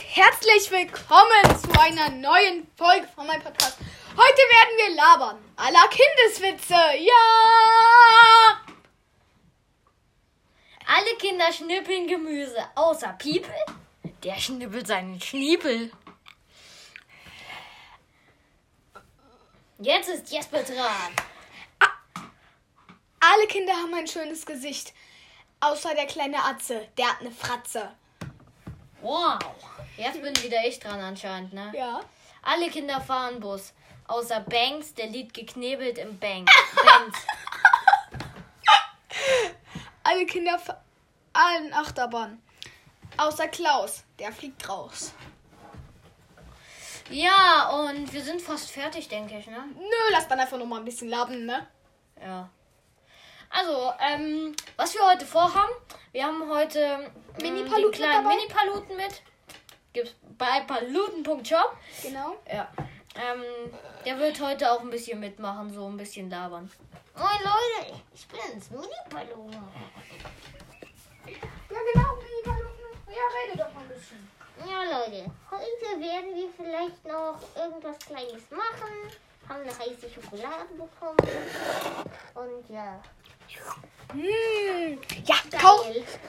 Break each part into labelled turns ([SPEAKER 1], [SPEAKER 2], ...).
[SPEAKER 1] herzlich willkommen zu einer neuen Folge von meinem Podcast. Heute werden wir labern. Aller Kindeswitze. Ja!
[SPEAKER 2] Alle Kinder schnippeln Gemüse, außer Piepel. Der schnippelt seinen Schniepel. Jetzt ist Jesper dran.
[SPEAKER 1] Alle Kinder haben ein schönes Gesicht. Außer der kleine Atze. Der hat eine Fratze.
[SPEAKER 2] Wow. Jetzt bin wieder ich dran anscheinend, ne?
[SPEAKER 1] Ja.
[SPEAKER 2] Alle Kinder fahren Bus, außer Banks, der liegt geknebelt im Bank. Banks.
[SPEAKER 1] Alle Kinder fa- allen Achterbahn. Außer Klaus. Der fliegt raus.
[SPEAKER 2] Ja, und wir sind fast fertig, denke ich, ne?
[SPEAKER 1] Nö, lass dann einfach noch mal ein bisschen labern, ne?
[SPEAKER 2] Ja. Also, ähm, was wir heute vorhaben, wir haben heute ähm,
[SPEAKER 1] Mini-Paluten
[SPEAKER 2] die kleinen
[SPEAKER 1] mit dabei?
[SPEAKER 2] Mini-Paluten mit. Gibt's bei paluten.shop.
[SPEAKER 1] Genau.
[SPEAKER 2] Ja. Ähm, der wird heute auch ein bisschen mitmachen, so ein bisschen labern.
[SPEAKER 3] Oh,
[SPEAKER 2] Moin Leute, ich bin's, Mini-Paluten.
[SPEAKER 1] Ja, genau. Ja, rede doch mal ein bisschen.
[SPEAKER 3] Ja, Leute, heute werden wir vielleicht noch irgendwas Kleines machen. Haben eine heiße Schokolade bekommen. Und ja.
[SPEAKER 1] Mmh. Ja, kauf,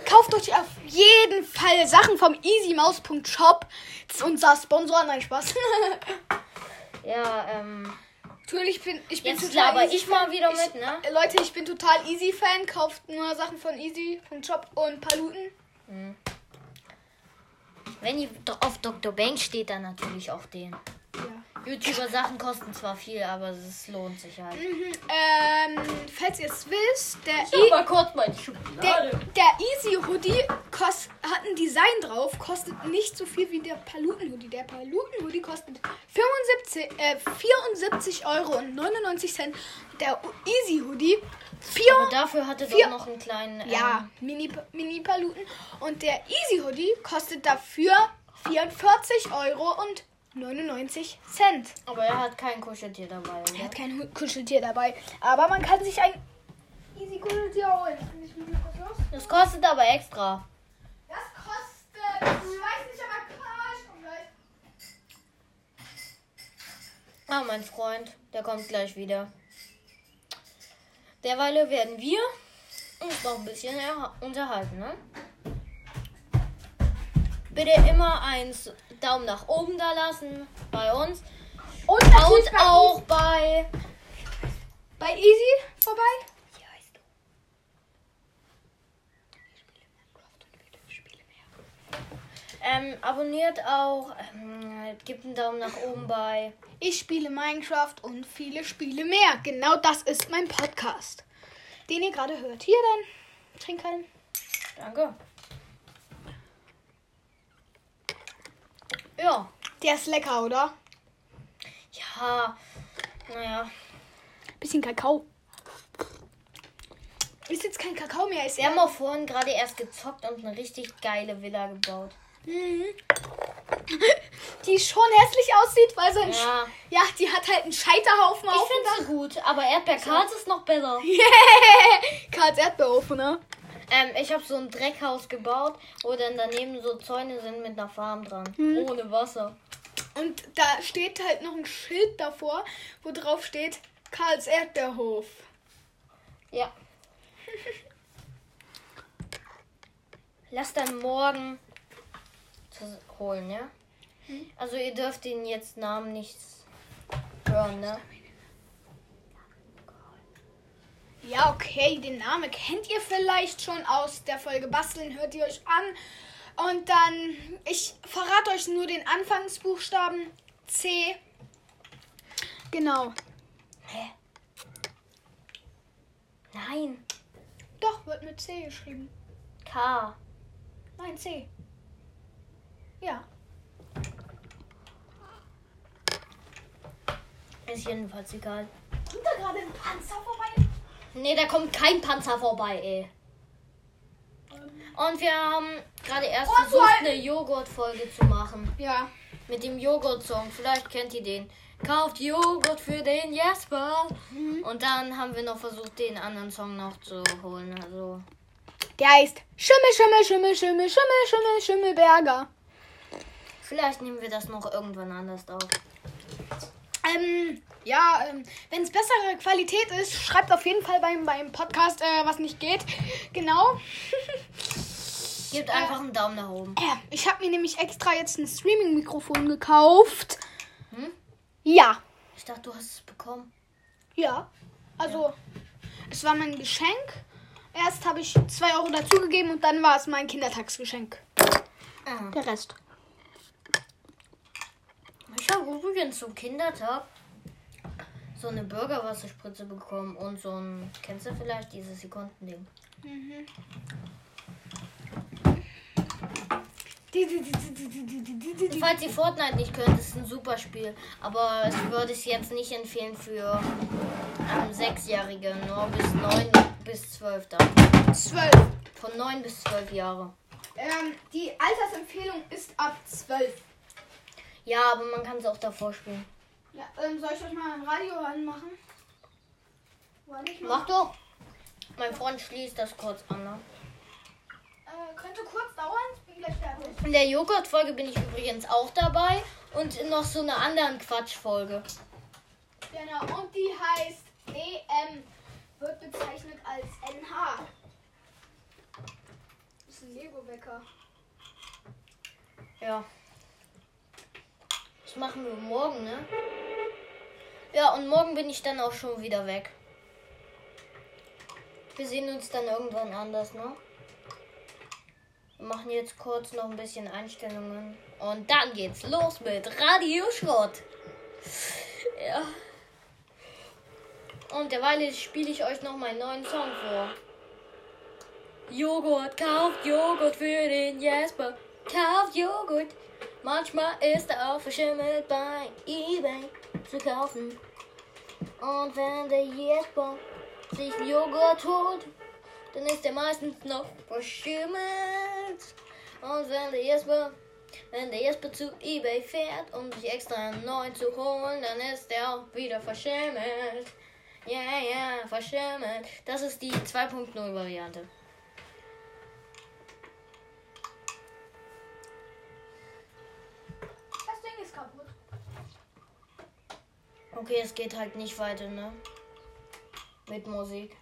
[SPEAKER 1] kauft euch auf jeden Fall Sachen vom easymaus.shop. Das ist unser Sponsor. Nein, Spaß.
[SPEAKER 2] Ja, ähm,
[SPEAKER 1] Natürlich bin ich bin
[SPEAKER 2] jetzt
[SPEAKER 1] total
[SPEAKER 2] laber
[SPEAKER 1] easy.
[SPEAKER 2] ich mal wieder mit,
[SPEAKER 1] Ich-
[SPEAKER 2] ne?
[SPEAKER 1] Äh, Leute, ich bin total Easy-Fan. Kauft nur Sachen von easy.shop und Paluten.
[SPEAKER 2] Wenn ihr do- auf Dr. Bank steht, dann natürlich auch den.
[SPEAKER 1] Ja.
[SPEAKER 2] YouTuber-Sachen kosten zwar viel, aber es lohnt sich halt.
[SPEAKER 1] Mhm. Ähm, falls ihr es wisst, der,
[SPEAKER 2] Ich hab
[SPEAKER 1] e
[SPEAKER 2] mal kurz meine
[SPEAKER 1] der,
[SPEAKER 2] Schublade.
[SPEAKER 1] der Easy-Hoodie kost- hat ein Design drauf, kostet nicht so viel wie der Paluten-Hoodie. Der Paluten-Hoodie kostet 75, äh, 74 Euro und 99 Cent. Der Easy-Hoodie
[SPEAKER 2] Aber
[SPEAKER 1] 4
[SPEAKER 2] dafür hatte
[SPEAKER 1] Vier-
[SPEAKER 2] doch noch einen kleinen. Ähm,
[SPEAKER 1] Ja, Mini- Mini-Paluten. und der Easy Hoodie kostet dafür 44 Euro und 99 Cent.
[SPEAKER 2] Aber er hat kein Kuscheltier dabei.
[SPEAKER 1] Er
[SPEAKER 2] Oder?
[SPEAKER 1] hat kein Hu- Kuscheltier dabei, aber man kann sich ein Easy Kuscheltier holen. Kann ich mir das los?
[SPEAKER 2] Das kostet aber extra.
[SPEAKER 1] Das kostet, ich weiß nicht, aber klar, ich komm gleich.
[SPEAKER 2] Ah, mein Freund, der kommt gleich wieder. Derweil werden wir uns noch ein bisschen erha- unterhalten, ne? Bitte immer eins Daumen nach oben da lassen bei uns
[SPEAKER 1] Und, natürlich
[SPEAKER 2] und
[SPEAKER 1] bei
[SPEAKER 2] auch bei
[SPEAKER 1] Easy- bei Easy vorbei.
[SPEAKER 2] ähm, abonniert auch ähm, gebt einen Daumen nach oben bei
[SPEAKER 1] Ich spiele Minecraft und viele Spiele mehr. Genau das ist mein Podcast, den ihr gerade hört. Hier dann, Trinkhalm.
[SPEAKER 2] danke ja
[SPEAKER 1] Der ist lecker, oder?
[SPEAKER 2] ja naja
[SPEAKER 1] Bisschen Kakao. Ist jetzt kein Kakao mehr, ist
[SPEAKER 2] Wir
[SPEAKER 1] er.
[SPEAKER 2] haben auch vorhin gerade erst gezockt und eine richtig geile Villa gebaut.
[SPEAKER 1] Mhm. Die schon hässlich aussieht, weil so ein. Sch-
[SPEAKER 2] Ja,
[SPEAKER 1] ja, die hat halt einen Scheiterhaufen
[SPEAKER 2] ich
[SPEAKER 1] auf.
[SPEAKER 2] finde sie gut, aber Erdbeerkarz ist noch besser.
[SPEAKER 1] Karls Erdbeeropener.
[SPEAKER 2] Ähm, ich habe so ein Dreckhaus gebaut, wo dann daneben so Zäune sind mit einer Farm dran. Ohne Wasser.
[SPEAKER 1] Und da steht halt noch ein Schild davor, wo drauf steht Karls Erdbeerhof.
[SPEAKER 2] Ja. Lass dann morgen zu holen, ja? Also ihr dürft den jetzt Namen nicht hören, ne?
[SPEAKER 1] Ja, okay, den Namen kennt ihr vielleicht schon aus der Folge Basteln, hört ihr euch an. Und dann, ich verrate euch nur den Anfangsbuchstaben C. Genau.
[SPEAKER 2] Nein.
[SPEAKER 1] Doch, wird mit C geschrieben.
[SPEAKER 2] K.
[SPEAKER 1] Nein, C. Ja.
[SPEAKER 2] Ist jedenfalls egal.
[SPEAKER 1] Kommt da gerade ein Panzer vorbei?
[SPEAKER 2] Nee, da kommt kein Panzer vorbei, ey. Und wir haben gerade erst
[SPEAKER 1] Und Oh, so
[SPEAKER 2] versucht,
[SPEAKER 1] ein-
[SPEAKER 2] eine Joghurt-Folge zu machen.
[SPEAKER 1] Ja.
[SPEAKER 2] Mit dem Joghurt-Song. Vielleicht kennt ihr den. Kauft Joghurt für den Jesper.
[SPEAKER 1] Mhm.
[SPEAKER 2] Und dann haben wir noch versucht, den anderen Song noch zu holen. Also,
[SPEAKER 1] Der heißt Schimmel, Schimmel, Schimmel, Schimmel, Schimmel, Schimmel, Schimmelberger.
[SPEAKER 2] Vielleicht nehmen wir das noch irgendwann anders auf.
[SPEAKER 1] Ähm, ja, ähm, wenn es bessere Qualität ist, schreibt auf jeden Fall beim, beim Podcast, äh, was nicht geht. Genau.
[SPEAKER 2] Gebt einfach einen Daumen nach oben.
[SPEAKER 1] Äh, Ich habe mir nämlich extra jetzt ein Streaming-Mikrofon gekauft. Ja.
[SPEAKER 2] Ich dachte, du hast es bekommen.
[SPEAKER 1] Ja. Also, es war mein Geschenk. Erst habe ich 2 Euro dazugegeben und dann war es mein Kindertagsgeschenk.
[SPEAKER 2] Ah.
[SPEAKER 1] Der Rest.
[SPEAKER 2] Ich habe übrigens zum Kindertag so eine Burgerwasserspritze bekommen und so ein, kennst du vielleicht dieses Sekundending?
[SPEAKER 1] Die, die, die, die, die, die, die, die, die, die.
[SPEAKER 2] Falls ihr Fortnite nicht könnt, ist ein super Spiel, aber ich würde es jetzt nicht empfehlen für ähm, Sechsjährige, nur bis neun bis zwölf da.
[SPEAKER 1] 12.
[SPEAKER 2] Von neun bis zwölf Jahre.
[SPEAKER 1] Ähm, die Altersempfehlung ist ab 12.
[SPEAKER 2] Ja, aber man kann es auch davor spielen.
[SPEAKER 1] Ja, ähm, soll ich euch mal ein Radio anmachen? Warte, ich mach.
[SPEAKER 2] Mach doch! Mein Freund schließt das kurz an. Ne?
[SPEAKER 1] Äh, könnte kurz dauern, ich bin gleich fertig.
[SPEAKER 2] In der Joghurt-Folge bin ich übrigens auch dabei und in noch so einer anderen Quatschfolge.
[SPEAKER 1] Genau, und die heißt DM. Wird bezeichnet als NH. Das ist ein Lego-Wecker.
[SPEAKER 2] Ja. Das machen wir morgen, ne? Ja, und morgen bin ich dann auch schon wieder weg. Wir sehen uns dann irgendwann anders, ne? Wir machen jetzt kurz noch ein bisschen Einstellungen. Und dann geht's los mit Radio Schrott. Ja. Und derweil spiele ich euch noch meinen neuen Song vor. Joghurt, kauft Joghurt für den Jesper. Kauft Joghurt. Manchmal ist er auch verschimmelt bei eBay zu kaufen. Und wenn der Jesper sich einen Joghurt holt, dann ist er meistens noch verschimmelt. Und wenn der Jesper, wenn der Jesper zu eBay fährt, um sich extra einen neuen zu holen, dann ist er auch wieder verschimmelt. Ja, ja, verschimmelt. Das ist die 2.0 Variante.
[SPEAKER 1] Das Ding ist kaputt.
[SPEAKER 2] Okay, es geht halt nicht weiter, ne? Mit Musik.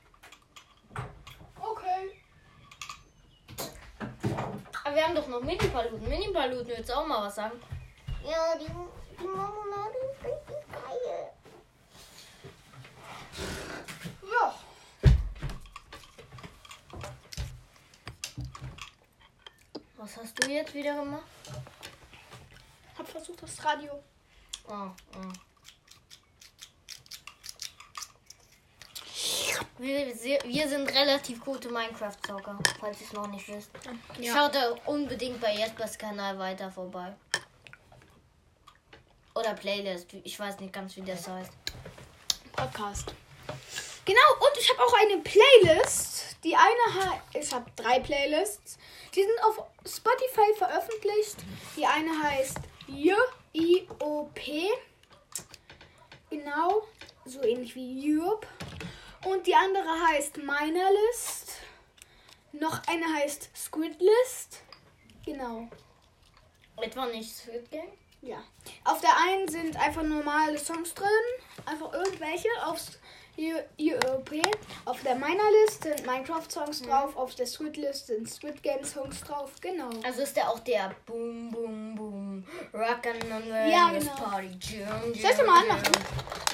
[SPEAKER 1] Okay.
[SPEAKER 2] Aber wir haben doch noch Mini-Paluten. Mini-Paluten willst du auch mal was sagen?
[SPEAKER 3] Ja, die, die Marmelade ist richtig geil.
[SPEAKER 1] Ja.
[SPEAKER 2] Was hast du jetzt wieder gemacht?
[SPEAKER 1] Hab versucht, das Radio.
[SPEAKER 2] Oh, oh. Wir, se- wir sind relativ gute Minecraft-Zocker, falls ihr es noch nicht wisst. Schaut da unbedingt bei Jespers Kanal weiter vorbei. Oder Playlist, ich weiß nicht ganz, wie das heißt.
[SPEAKER 1] Podcast. Genau, und ich habe auch eine Playlist. Die eine heißt, ich habe drei Playlists. Die sind auf Spotify veröffentlicht. Die eine heißt J-I-O-P. Genau, so ähnlich wie Europe. Und die andere heißt Meiner List. Noch eine heißt Squid List. Genau.
[SPEAKER 2] Etwa nicht Squid Game?
[SPEAKER 1] Ja. Auf der einen sind einfach normale Songs drin, einfach irgendwelche aufs IOP. Auf der meiner List sind Minecraft-Songs drauf, auf der Squid List sind Squid Game-Songs drauf, genau.
[SPEAKER 2] Also ist der auch der Boom Boom Boom Rockin' on the
[SPEAKER 1] Ja,
[SPEAKER 2] Endless
[SPEAKER 1] genau.
[SPEAKER 2] Party Jim,
[SPEAKER 1] Soll ich den mal anmachen?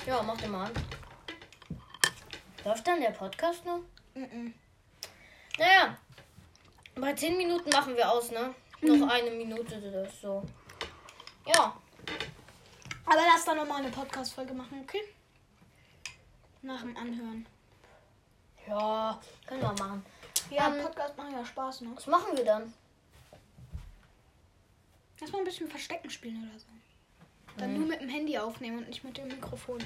[SPEAKER 2] Ja, mach den mal an. Läuft dann der Podcast noch? Naja, bei 10 Minuten machen wir aus, ne?
[SPEAKER 1] Mhm.
[SPEAKER 2] Noch eine Minute oder so. Ja,
[SPEAKER 1] Aber lass da nochmal eine Podcast-Folge machen, okay? Nach dem Anhören.
[SPEAKER 2] ja, können wir machen.
[SPEAKER 1] Ja,
[SPEAKER 2] Ähm,
[SPEAKER 1] Podcast machen ja Spaß, ne?
[SPEAKER 2] Was machen wir dann?
[SPEAKER 1] Lass mal ein bisschen Verstecken spielen oder so. Dann nur mit dem Handy aufnehmen und nicht mit dem Mikrofon.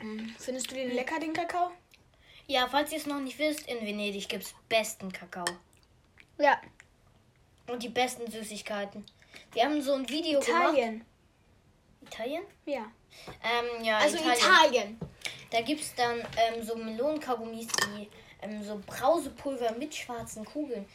[SPEAKER 1] Mm, Findest du den lecker, den Kakao?
[SPEAKER 2] Ja, falls ihr es noch nicht wisst, in Venedig gibt's besten Kakao.
[SPEAKER 1] Ja.
[SPEAKER 2] Und die besten Süßigkeiten. Wir haben so ein Video gemacht.
[SPEAKER 1] Italien.
[SPEAKER 2] Italien?
[SPEAKER 1] Ja.
[SPEAKER 2] Ähm, ja,
[SPEAKER 1] Also Italien.
[SPEAKER 2] Da gibt es dann ähm, so Melonenkaugummis, die ähm, so Brausepulver mit schwarzen Kugeln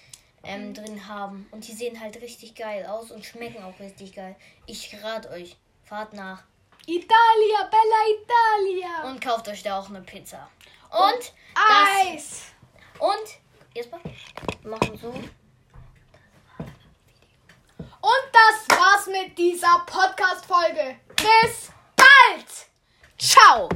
[SPEAKER 2] ähm, drin haben. Und die sehen halt richtig geil aus und schmecken auch richtig geil. Ich rate euch, fahrt nach
[SPEAKER 1] Italia, Bella Italia.
[SPEAKER 2] und kauft euch da auch eine Pizza. Und das
[SPEAKER 1] Eis.
[SPEAKER 2] und jetzt mal machen so.
[SPEAKER 1] Und das war's mit dieser Podcast-Folge. Bis bald. Ciao.